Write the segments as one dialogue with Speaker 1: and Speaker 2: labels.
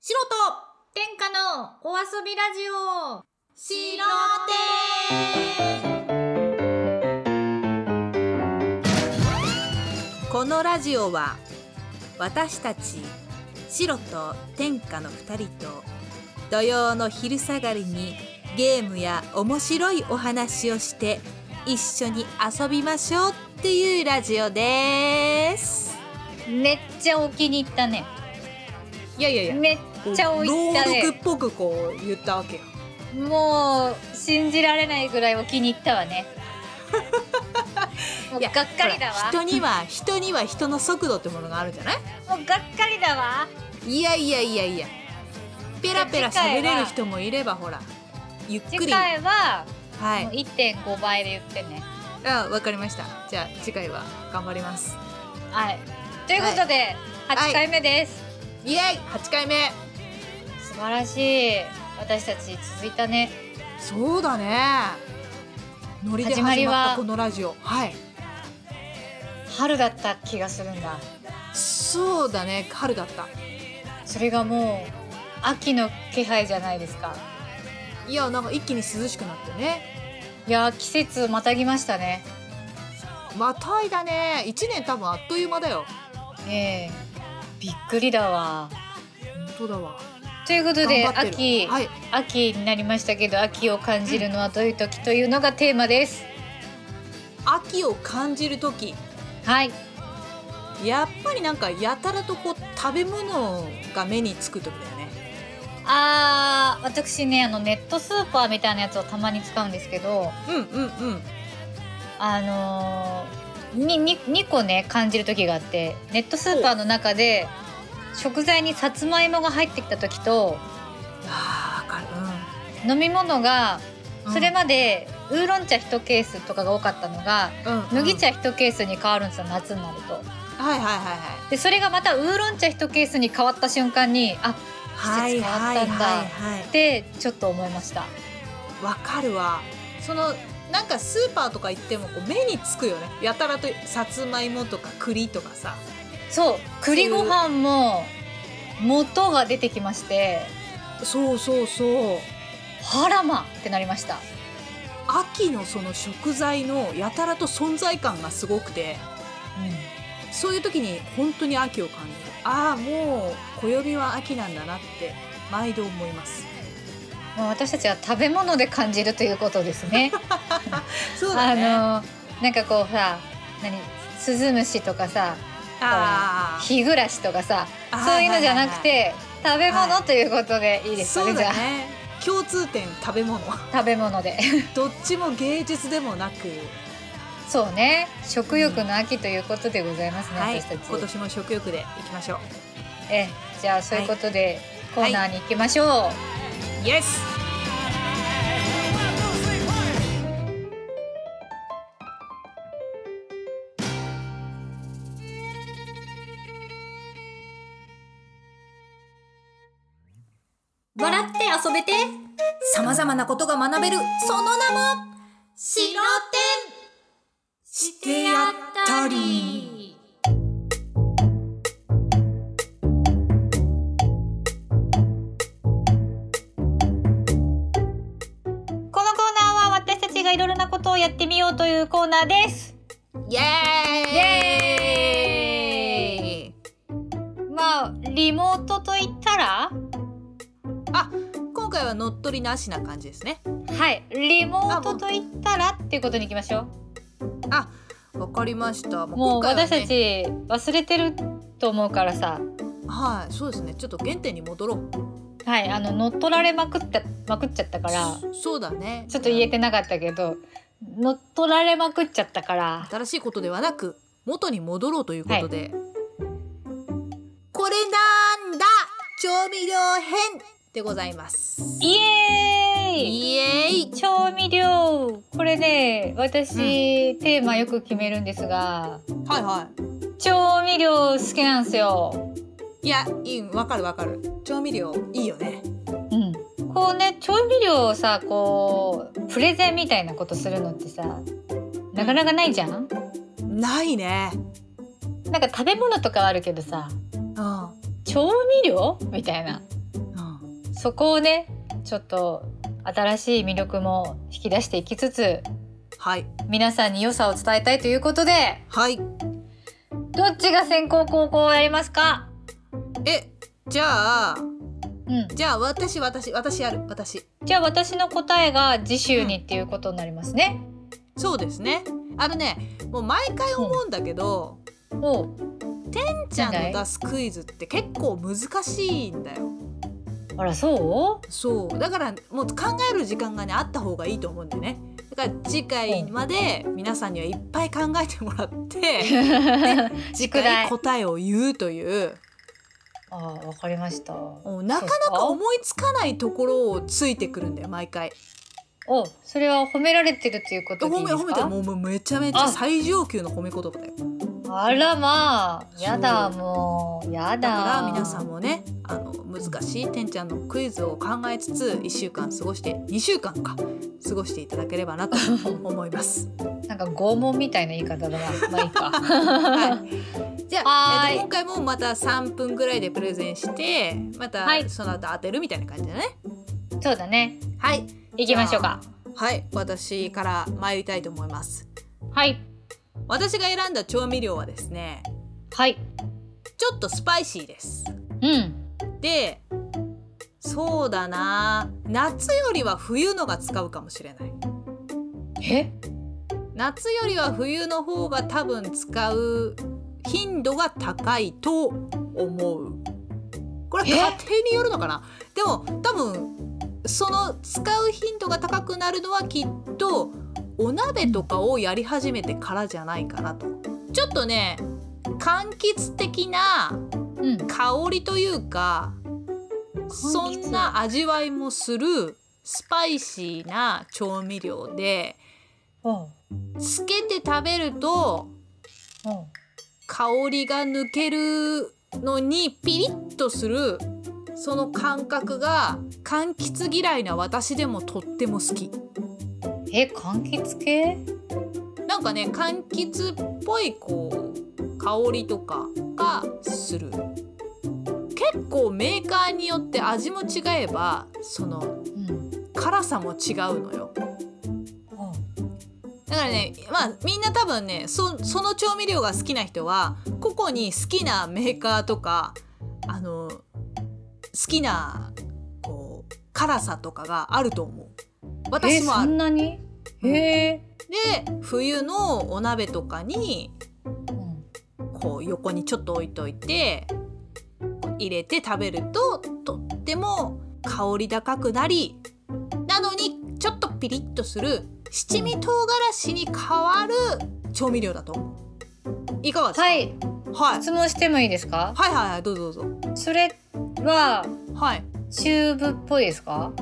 Speaker 1: 素人
Speaker 2: 天下のお遊びラジオ
Speaker 1: 白天このラジオは私たち白と天下の2人と土曜の昼下がりにゲームや面白いお話をして一緒に遊びましょうっていうラジオです
Speaker 2: めっちゃお気に入ったね
Speaker 1: いやいやいや
Speaker 2: めっちゃお気に入った
Speaker 1: 朗読
Speaker 2: ね
Speaker 1: っぽくこう言ったわけよ
Speaker 2: もう信じられないぐらいお気に入ったわねもう
Speaker 1: い
Speaker 2: が
Speaker 1: や
Speaker 2: っかりだ
Speaker 1: ほら
Speaker 2: わ
Speaker 1: 人には人には人の速度ってものがあるじゃない
Speaker 2: もうがっかりだわ
Speaker 1: いやいやいやいやペラペラ喋れる人もいればほらゆっく
Speaker 2: 次
Speaker 1: り
Speaker 2: 回は
Speaker 1: は
Speaker 2: もう
Speaker 1: い
Speaker 2: 1.5倍で言ってね
Speaker 1: あわかりましたじゃあ次回は頑張ります
Speaker 2: はいということ
Speaker 1: は
Speaker 2: で、
Speaker 1: い
Speaker 2: 8回目です、
Speaker 1: イエイ8回目
Speaker 2: 素晴らしい私たち続いたね
Speaker 1: そうだねノリで始
Speaker 2: 始まり
Speaker 1: まった
Speaker 2: は
Speaker 1: このラジオはい
Speaker 2: 春だった気がするんだ
Speaker 1: そうだね春だった
Speaker 2: それがもう秋の気配じゃないですか
Speaker 1: いやなんか一気に涼しくなってね
Speaker 2: いやー季節またぎましたね
Speaker 1: またいだね1年多分あっという間だよ
Speaker 2: ええびっくりだわ
Speaker 1: 本当だわ
Speaker 2: ということ
Speaker 1: 頑
Speaker 2: で
Speaker 1: 張ってる
Speaker 2: 秋、
Speaker 1: はい
Speaker 2: 秋になりましたけど秋を感じるのはどういう時というのがテーマです、
Speaker 1: 秋を感じる時
Speaker 2: はい
Speaker 1: やっぱりなんかやたらとこう食べ物が目につく時だよね
Speaker 2: あー私ねあのネットスーパーみたいなやつをたまに使うんですけど
Speaker 1: うんうんうん
Speaker 2: あのー、にに2個ね感じる時があってネットスーパーの中で食材にさつまいもが入ってきた時と
Speaker 1: あーわかる
Speaker 2: 飲み物が
Speaker 1: うん
Speaker 2: それまでウーロン茶1ケースとかが多かったのが
Speaker 1: うん
Speaker 2: 麦茶1ケースに変わるんですよ夏になると。
Speaker 1: はいはいはい
Speaker 2: でそれがまたウーロン茶1ケースに変わった瞬間にあ
Speaker 1: はいはい
Speaker 2: 季節変わったんだ
Speaker 1: はいはいは
Speaker 2: ってちょっと思いました。
Speaker 1: いわかるわそのなんかスーパーとか行ってもこう目につくよねやたらとさつまいもとか栗とかさ
Speaker 2: そう栗ご飯も元が出てきまして
Speaker 1: そうそうそう
Speaker 2: ハラマってなりました。
Speaker 1: 秋のその食材のやたらと存在感がすごくてそういう時に本当に秋を感じるああもう暦は秋なんだなって毎度思います
Speaker 2: まあ私たちは食べ物で感じるということですね。
Speaker 1: そうだ
Speaker 2: あ
Speaker 1: ね
Speaker 2: のなんかこうさ何スズムシとかさ
Speaker 1: あー
Speaker 2: 日暮らしとかさ
Speaker 1: あー
Speaker 2: そういうのじゃなくて食べ物ということでいいですか
Speaker 1: そ
Speaker 2: ね
Speaker 1: う
Speaker 2: じゃ
Speaker 1: だね共通点食 べ物
Speaker 2: あ食べ物で
Speaker 1: どっちも芸術でもなく、
Speaker 2: そうね食欲の秋ということでございますね、
Speaker 1: はい
Speaker 2: 私たち
Speaker 1: 今年も食欲でいきましょう
Speaker 2: ええじゃあそういうことで、コーナーに行きましょう、
Speaker 1: イエス
Speaker 2: 笑って遊べて
Speaker 1: さまざまなことが学べるその名も
Speaker 2: 白
Speaker 1: してやったり
Speaker 2: このコーナーは私たちがいろいろなことをやってみようというコーナーです
Speaker 1: イエーイ
Speaker 2: まあリモートと言ったら
Speaker 1: あ今回は乗っ取りなしな感じですね
Speaker 2: はいリモートと言ったらっていうことに行きましょ
Speaker 1: あわかりました
Speaker 2: うもう
Speaker 1: 今回はね
Speaker 2: 私たち忘れてると思うからさ
Speaker 1: はいそうですねちょっと原点に戻ろう
Speaker 2: はいあの乗っ取られまくったまくっちゃった から
Speaker 1: そそうだね
Speaker 2: ちょっと言えてなかったけど乗っ取られまくっちゃったから
Speaker 1: 新しいことではなく元に戻ろうということで、これなんだ調味料編でございます
Speaker 2: イエーイ
Speaker 1: イエーイ
Speaker 2: 調味料これね私、テーマよく決めるんですが
Speaker 1: はいは
Speaker 2: 調味料好きなんですよ。
Speaker 1: いいやいいわかるわかる調味料いいよね
Speaker 2: うんこうね調味料をさこうプレゼンみたいなことするのってさなかなかないじゃん
Speaker 1: ないね
Speaker 2: なんか食べ物とかはあるけどさ
Speaker 1: うん
Speaker 2: 調味料みたいな
Speaker 1: うん
Speaker 2: そこをねちょっと新しい魅力も引き出していきつつ
Speaker 1: はい
Speaker 2: 皆さんに良さを伝えたいということで
Speaker 1: はい
Speaker 2: どっちが先行後攻をやりますか
Speaker 1: えじゃあ
Speaker 2: うん
Speaker 1: じゃあ私私私やる私
Speaker 2: じゃあ私の答えが次週にっていうことになりますね。
Speaker 1: そうですねあのねもう毎回思うんだけど、
Speaker 2: おう
Speaker 1: てんちゃんの出すクイズって結構難しいんだよ
Speaker 2: あらそう
Speaker 1: そうだからもう考える時間がねあった方がいいと思うんでねだから次回まで皆さんにはいっぱい考えてもらって 次
Speaker 2: 宿
Speaker 1: 回
Speaker 2: 題。
Speaker 1: 答えを言うという
Speaker 2: ああわかりました。
Speaker 1: うんなかな
Speaker 2: そうです
Speaker 1: か思いつかないところをついてくるんだよ毎回
Speaker 2: おそれは褒められてるということでい
Speaker 1: 褒
Speaker 2: い
Speaker 1: め
Speaker 2: で
Speaker 1: 褒
Speaker 2: す
Speaker 1: めて
Speaker 2: か
Speaker 1: もうもうめちゃめちゃ
Speaker 2: あ
Speaker 1: 最上級の褒め言葉だよ
Speaker 2: あらまあ
Speaker 1: そう
Speaker 2: やだもうやだ
Speaker 1: だから皆さんもねあの難しいてんちゃんのクイズを考えつつ1週間過ごして2週間か過ごしていただければなと思います。
Speaker 2: なんか拷問みたいな言い方だなまあいいか
Speaker 1: はい、じゃ
Speaker 2: は
Speaker 1: あ、えっ
Speaker 2: ーい
Speaker 1: と今回もまた3分ぐらいでプレゼンしてまた
Speaker 2: はい
Speaker 1: その後当てるみたいな感じだね。
Speaker 2: そうだね
Speaker 1: はい、
Speaker 2: 行きましょうか
Speaker 1: はい、私から参りたいと思います。
Speaker 2: はい
Speaker 1: 私が選んだ調味料はですね
Speaker 2: はい
Speaker 1: ちょっとスパイシーです。
Speaker 2: うん
Speaker 1: でそうだな夏よりは冬のが使うかもしれない。
Speaker 2: え
Speaker 1: 夏よりは冬の方が多分使う頻度が高いと思うこれ
Speaker 2: え
Speaker 1: は家庭によるのかなでも多分その使う頻度が高くなるのはきっとお鍋とかをやり始めてからじゃないかなとちょっとね柑橘的な
Speaker 2: うん
Speaker 1: 香りというかそ
Speaker 2: 柑橘
Speaker 1: んな味わいもするスパイシーな調味料で
Speaker 2: おう
Speaker 1: つけて食べると
Speaker 2: おう
Speaker 1: 香りが抜けるのにピリッとするその感覚が柑橘嫌いな私でもとっても好き
Speaker 2: え柑橘系
Speaker 1: なんかね柑橘っぽいこう香りとかがする結構メーカーによって味も違えばその
Speaker 2: うん
Speaker 1: 辛さも違うのよ
Speaker 2: おう
Speaker 1: だからねまあみんな多分ねそその調味料が好きな人は個々に好きなメーカーとかあの好きなこう辛さとかがあると思う
Speaker 2: え
Speaker 1: 私も
Speaker 2: そ
Speaker 1: ある
Speaker 2: んなにへえ
Speaker 1: で冬のお鍋とかに
Speaker 2: うん
Speaker 1: こう横にちょっと置いといて入れて食べるととっても香り高くなりなのにちょっとピリッとする七味唐辛子に変わる調味料だと思ういかがですか、
Speaker 2: はい
Speaker 1: はい、
Speaker 2: 質問してもいいですか
Speaker 1: はいはいはいどうぞどうぞ
Speaker 2: それは
Speaker 1: はい
Speaker 2: チューブっぽいですか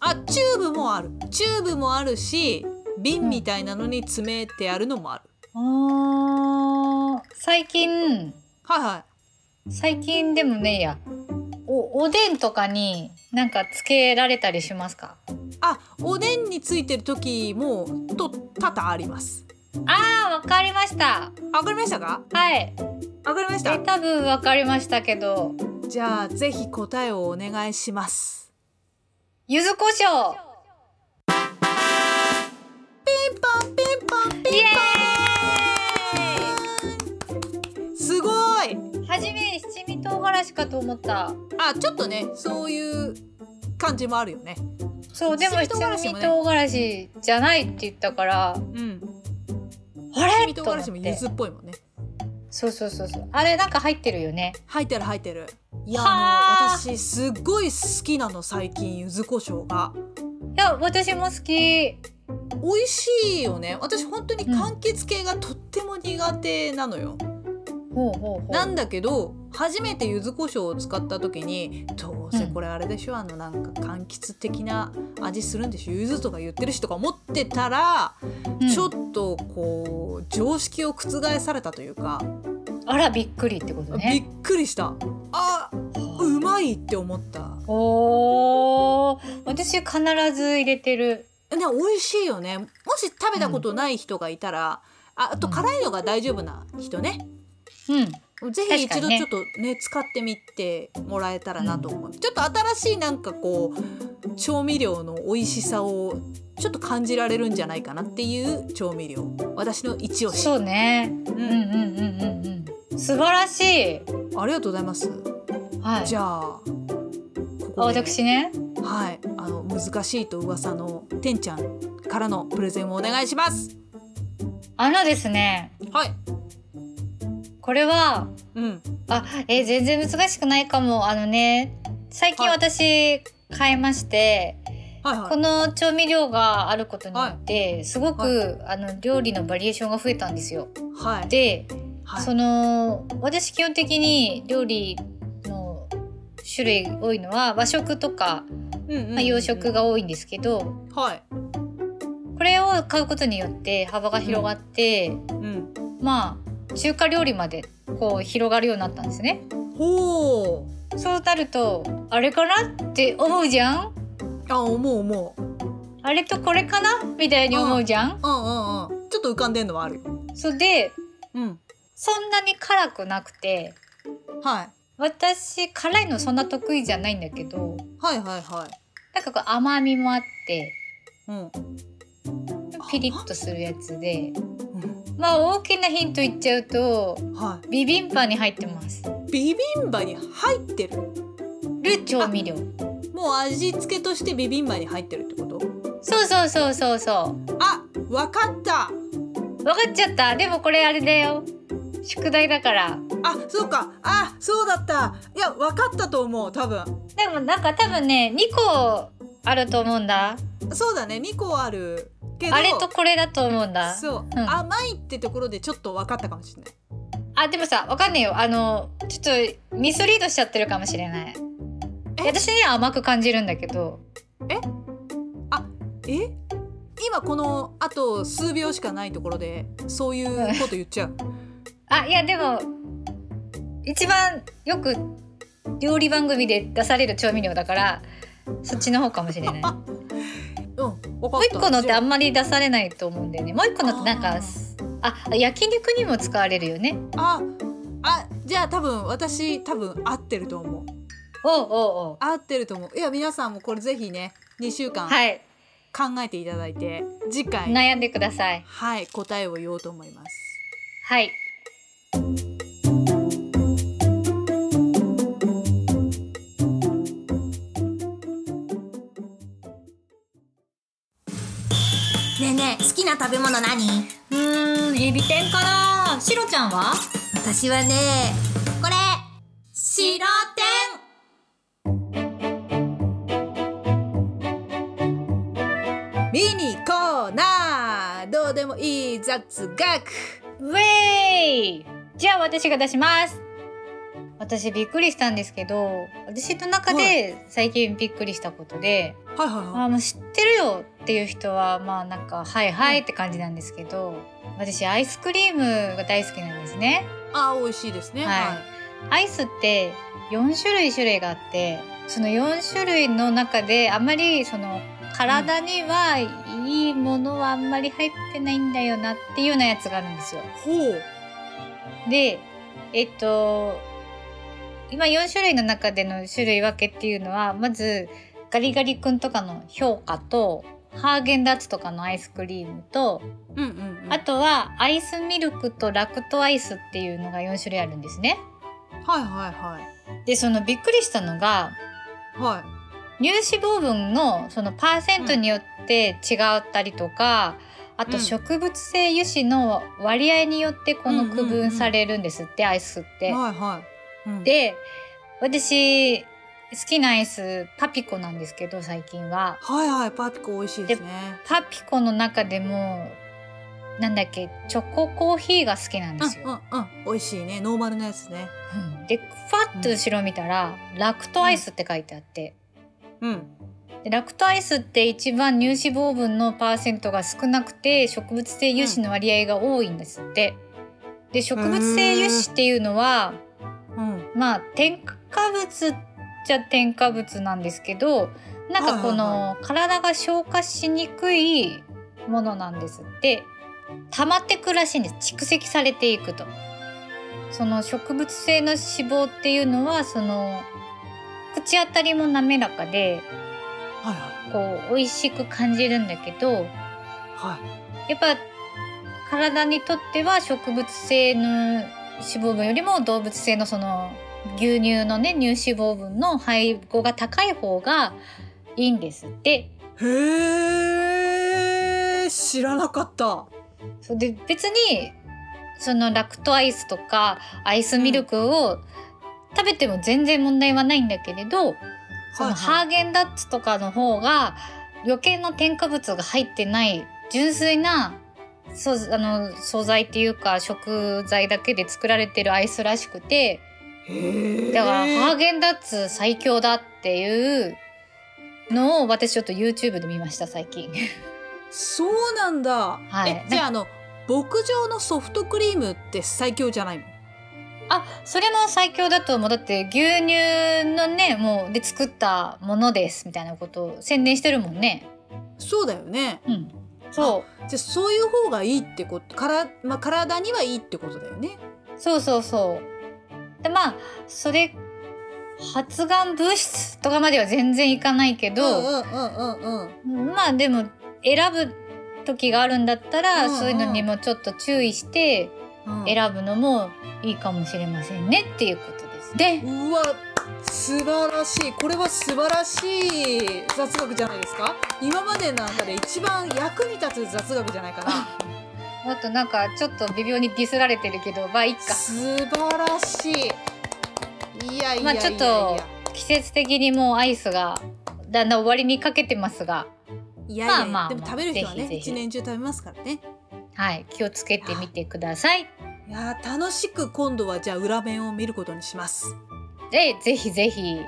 Speaker 1: あチューブもあるチューブもあるし瓶みたいなのに詰めてあるのもある、
Speaker 2: あー最近
Speaker 1: はいはい
Speaker 2: 最近でもねいやおおでんとかになんかつけられたりしますか
Speaker 1: あおでんについてる時もと多々あります
Speaker 2: あーわかりました
Speaker 1: あわかりましたか
Speaker 2: はい
Speaker 1: わかりました
Speaker 2: え多分わかりましたけど
Speaker 1: じゃあぜひ答えをお願いします。
Speaker 2: 柚子胡椒
Speaker 1: ピンポンピンポンピ
Speaker 2: イエ
Speaker 1: ン。すごい。
Speaker 2: ーイはじめ七味唐辛子かと思った
Speaker 1: あちょっとねそういう感じもあるよね。
Speaker 2: そうでも
Speaker 1: 七味唐辛
Speaker 2: 七
Speaker 1: 子もね
Speaker 2: 味唐辛子じゃないって言ったから
Speaker 1: うん。
Speaker 2: あれ
Speaker 1: 黄身唐辛子も
Speaker 2: と思
Speaker 1: 柚
Speaker 2: って
Speaker 1: 子っぽいもんね。
Speaker 2: そうそうそうそうあれなんか入ってるよね
Speaker 1: 入ってる入ってる。いや
Speaker 2: は
Speaker 1: あ
Speaker 2: あ
Speaker 1: の私すっごい好きなの最近柚子胡椒が。
Speaker 2: いや私も好き
Speaker 1: 美味しいよね。私本当に柑橘系がとっても苦手なのよ。
Speaker 2: ほうほうほう
Speaker 1: なんだけど初めて柚子胡椒を使った時にどうせこれあれでしょ、あのなんか柑橘的な味するんでしょ柚子とか言ってるしとか思ってたら、
Speaker 2: うん
Speaker 1: ちょっとこう常識を覆されたというか、
Speaker 2: あらびっくりってこと
Speaker 1: び
Speaker 2: ね
Speaker 1: っくりしたあうまいって思った
Speaker 2: おお私必ず入れてる
Speaker 1: ね美味しいよねもし食べたことない人がいたら、ああと辛いのが大丈夫な人ね、
Speaker 2: うん
Speaker 1: ぜひ一度
Speaker 2: 確かにね
Speaker 1: ちょっとね使ってみてもらえたらなと思う、ちょっと新しいなんかこう調味料の美味しさをちょっと感じられるんじゃないかなっていう調味料私の一押し、
Speaker 2: そうね
Speaker 1: う
Speaker 2: うんうん
Speaker 1: ん、
Speaker 2: うんうんうん素晴らしい
Speaker 1: ありがとうございます
Speaker 2: はい
Speaker 1: じゃあこ
Speaker 2: あ
Speaker 1: こで
Speaker 2: 私ね
Speaker 1: はいあの難しいと噂のてんちゃんからのプレゼンをお願いします
Speaker 2: あのですね
Speaker 1: はい
Speaker 2: これは
Speaker 1: うん
Speaker 2: あえー全然難しくないかもあのね最近
Speaker 1: はい
Speaker 2: 私買いまして、
Speaker 1: はいは
Speaker 2: こ
Speaker 1: い
Speaker 2: の調味料があることによって、すごく、あの料理のバリエーションが増えたんですよ。
Speaker 1: はい
Speaker 2: で、
Speaker 1: はい
Speaker 2: その私基本的に料理の種類多いのは和食とか、
Speaker 1: うんうんうん
Speaker 2: まあ、洋食が多いんですけど、
Speaker 1: はい
Speaker 2: これを買うことによって幅が広がって、
Speaker 1: うん
Speaker 2: まあ中華料理までこう広がるようになったんですね。
Speaker 1: ほう
Speaker 2: そうなるとあれかなって思うじゃん
Speaker 1: あ思う思う
Speaker 2: あれとこれかなみたいに思うじゃん
Speaker 1: うんうんうんちょっと浮かんでんのはあるよ
Speaker 2: それで
Speaker 1: うん
Speaker 2: そんなに辛くなくて
Speaker 1: はい
Speaker 2: 私辛いのそんな得意じゃないんだけど
Speaker 1: はいはいは
Speaker 2: なんかこう甘みもあって
Speaker 1: いうん
Speaker 2: ピリッとするやつで
Speaker 1: う
Speaker 2: まあ大きなヒント言っちゃうと
Speaker 1: んは
Speaker 2: ビビンバに入ってます
Speaker 1: いビビンバに入ってる
Speaker 2: る調味料
Speaker 1: もう味付けとしてビビンバに入ってるってこと
Speaker 2: そうそうそうそうそ
Speaker 1: あわかった
Speaker 2: う分かっちゃったでもこれあれだよ宿題だから
Speaker 1: あそうかあそうだったいやわかったと思う多分
Speaker 2: でもなんか多分ね2個あると思うんだ
Speaker 1: そうだね2個あるけど
Speaker 2: あれとこれだと思うんだ
Speaker 1: そう、
Speaker 2: うん
Speaker 1: 甘いってところでちょっとわかったかもしれない
Speaker 2: あでもさわかんねえよあのちょっとミスリードしちゃってるかもしれない
Speaker 1: え
Speaker 2: 私には甘く感じるんだけど
Speaker 1: え今このあと数秒しかないところでそういうこと言っちゃう
Speaker 2: あいやでも一番よく料理番組で出される調味料だからそっちの方かもしれないも
Speaker 1: うんわかっ
Speaker 2: う
Speaker 1: た
Speaker 2: 一個のってあ
Speaker 1: じ
Speaker 2: んまり出されないと思うんだよねもう一個のってなん
Speaker 1: あ
Speaker 2: か
Speaker 1: ー
Speaker 2: あ焼肉にも使われるよね
Speaker 1: ゃああじゃあ多分私多分合ってると思う
Speaker 2: おうおうおう
Speaker 1: 合ってると思ういや皆さんもこれぜひね2週間考
Speaker 2: はい
Speaker 1: えていただいて、次回
Speaker 2: 悩んでください
Speaker 1: はい答えを言おうと思います
Speaker 2: はい
Speaker 3: ねえねえ好きな食べ物何
Speaker 2: うーんエビ天かなしろちゃんは
Speaker 3: 私はねこれ白天
Speaker 1: ミニコーナーどうでもいい雑学
Speaker 2: ウェイじゃあ私が出します私びっくりしたんですけど私の中で最近びっくりしたことで、
Speaker 1: はいはい
Speaker 2: あもう知ってるよっていう人はまあなんかはいはいって感じなんですけど私アイスクリームが大好きなんですね
Speaker 1: あ美味しいですね
Speaker 2: はいアイスって4種類種類があってその4種類の中であまりその体にはいいものはあんまり入ってないんだよなっていうようなやつがあるんですよ。
Speaker 1: ほう
Speaker 2: でえっと今4種類の中での種類分けっていうのはまずガリガリ君とかの評価とハーゲンダッツとかのアイスクリームと
Speaker 1: うんうん、うん、
Speaker 2: あとはアイスミルクとラクトアイスっていうのが4種類あるんですね。
Speaker 1: はいはいはい
Speaker 2: でそのびっくりしたのが
Speaker 1: はい
Speaker 2: 乳脂肪分のそのパーセントによって違ったりとか、あ
Speaker 1: う
Speaker 2: と
Speaker 1: ん
Speaker 2: 植物性油脂の割合によってこの区分されるんですって、アイスって。
Speaker 1: はいはい、うん、
Speaker 2: で私好きなアイスパピコなんですけど最近は
Speaker 1: はいはいパピコ美味しいですね
Speaker 2: パピコの中でもなんだっけチョココーヒーが好きなんです
Speaker 1: うんう
Speaker 2: よ。
Speaker 1: んうん美味しいねノーマルのやつね
Speaker 2: うんでファッと後ろ見たら、ラクトアイスって書いてあって、
Speaker 1: うん
Speaker 2: でラクトアイスって一番乳脂肪分のパーセントが少なくて植物性油脂の割合が多いんですって。で植物性油脂っていうのは
Speaker 1: うん
Speaker 2: まあ添加物っちゃ添加物なんですけどなんかこ
Speaker 1: はい
Speaker 2: の体が消化しにくいものなんですって溜まってくらしいんです蓄積されていくと。その植物性の脂肪っていうのはその口当たりも滑らかで
Speaker 1: はいは
Speaker 2: こう美味しく感じるんだけど
Speaker 1: いはい
Speaker 2: やっぱ体にとっては植物性の脂肪分よりも動物性のその牛乳のね乳脂肪分の配合が高い方がいいんですって。
Speaker 1: へえ知らなかった
Speaker 2: そうで別にそのラクトアイスとかアイスミルクを食べても全然問題はないんだけれど、そのハーゲンダッツとかの方が余計な添加物が入ってない純粋なそうあの素材っていうか食材だけで作られてるアイスらしくて
Speaker 1: へえ
Speaker 2: だからハーゲンダッツ最強だっていうのを私ちょっと YouTube で見ました最近。
Speaker 1: そうなんだ、
Speaker 2: はい
Speaker 1: えじゃああの牧場のソフトクリームって最強じゃないの
Speaker 2: あ、それも最強だと思う。だって牛乳のね、もうで作ったものですみたいなことを宣伝してるもんね。
Speaker 1: そうだよね
Speaker 2: うん。そ
Speaker 1: じゃあそういう方がいいってことから、まあ、体にはいいってことだよね
Speaker 2: う。そうそうそう。で、まあ、それ、発がん物質とかまでは全然いかないけど、
Speaker 1: んうんうんうん
Speaker 2: まあでも、選ぶ時があるんだったら、
Speaker 1: うんうん
Speaker 2: そういうのにもちょっと注意して、
Speaker 1: うん
Speaker 2: 選ぶのもいいかもしれませんねっていうことですね。
Speaker 1: うわ素晴らしいこれは素晴らしい雑学じゃないですか今までの中で一番役に立つ雑学じゃないかな
Speaker 2: もっとなんか、ちょっと微妙にディスられてるけど、まあ、いっか。
Speaker 1: 素晴らしいいやいやいやいや、
Speaker 2: まあちょっと季節的にもうアイスがだんだん終わりにかけてますが、
Speaker 1: いやいやいや、
Speaker 2: まあまあまあ
Speaker 1: でも食べる人は
Speaker 2: ぜ
Speaker 1: ね
Speaker 2: ひぜひ
Speaker 1: 一年中食べますからね
Speaker 2: はい、気をつけてみてください。
Speaker 1: いやー楽しく今度はじゃあ裏面を見ることにします
Speaker 2: で、ぜひぜひ。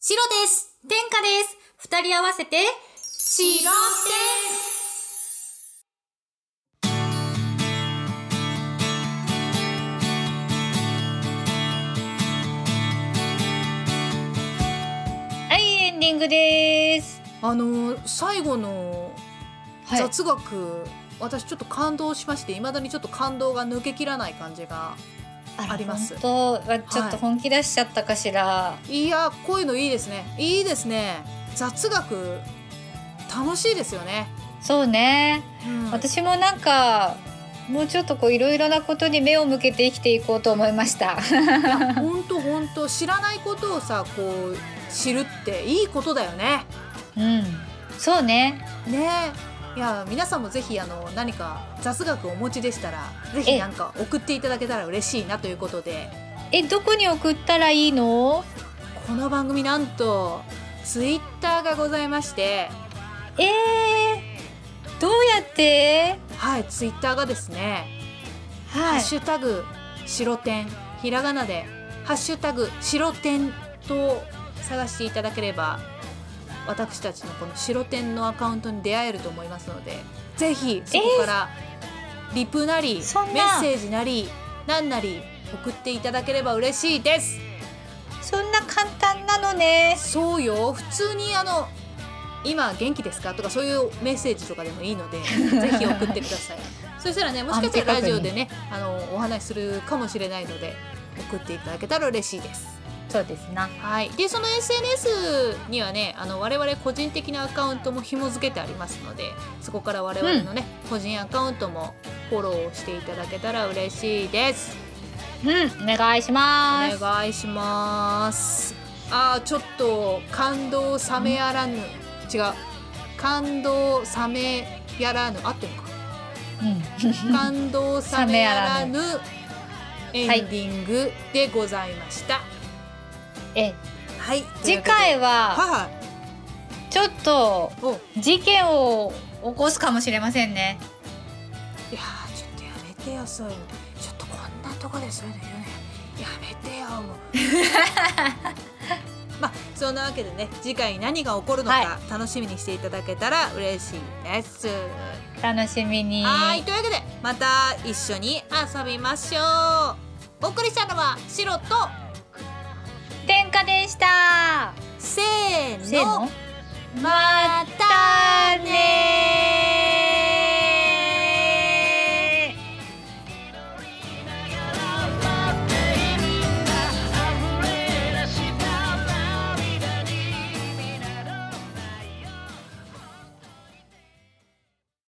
Speaker 3: 白です。天下です。二人合わせて、白天
Speaker 2: はい、エンディングです。
Speaker 1: あのー最後の
Speaker 2: はい。
Speaker 1: 雑学、私ちょっと感動しましていまだにちょっと感動が抜けきらない感じが
Speaker 2: ら
Speaker 1: あります
Speaker 2: 本当はちょっと本気出しちゃったかしら。
Speaker 1: いやこういうのいいですねいいですね雑学楽しいですよね、
Speaker 2: そうね。
Speaker 1: うん
Speaker 2: 私もなんかもうちょっとこういろいろなことに目を向けて生きていこうと思いました。
Speaker 1: ほんとほんと知らないことをさこう知るっていいことだよね
Speaker 2: うん。そうね。
Speaker 1: ねえいや皆さんもぜひあの何か雑学をお持ちでしたらぜひ
Speaker 2: え
Speaker 1: なんか送っていただけたら嬉しいなということで
Speaker 2: え、どこに送ったらいいの？
Speaker 1: この番組なんとツイッターがございまして
Speaker 2: えー、どうやって？
Speaker 1: はいツイッターがですねハ
Speaker 2: は
Speaker 1: ッシュタグ白点ひらがなでハッシュタグ白点と探していただければ私たちのこの白点のアカウントに出会えると思いますのでぜひそこからリプなり
Speaker 2: そん
Speaker 1: メ
Speaker 2: な
Speaker 1: ッセージなりなんなり送っていただければ嬉しいです
Speaker 2: そんな簡単なのね。
Speaker 1: そうよ普通にあの今元気ですかとかそういうメッセージとかでもいいのでぜひ送ってくださいそしたらねもしかしたらラジオでねあのお話しするかもしれないので送っていただけたら嬉しいです
Speaker 2: そうですな。
Speaker 1: はいでその SNS にはねあの我々個人的なアカウントも紐付けてありますのでそこから我々のね、個人アカウントもフォローしていただけたら嬉しいです
Speaker 2: うん、お願いします。
Speaker 1: お願いしますあーちょっと感動冷めやらぬ違う感動冷めやらぬ合ってる のか感動冷めやらぬエン
Speaker 2: はい
Speaker 1: ディングでございました
Speaker 2: うん、え、
Speaker 1: はい
Speaker 2: 次回は
Speaker 1: は
Speaker 2: ちょっと
Speaker 1: いはいおい
Speaker 2: 事件を起こすかもしれませんね。
Speaker 1: やーちょっとやめてよそういうのちょっとこんなとこでそういうの言うのやめてよ もうまあそんなわけでね次回何が起こるのか、
Speaker 2: は
Speaker 1: 楽しみにしていただけたら嬉しいです
Speaker 2: 楽しみに。
Speaker 1: はい、というわけでまた一緒に遊びましょうお送りしたのはシロと
Speaker 2: 天下でした。
Speaker 1: せーの
Speaker 2: せーの。
Speaker 1: またね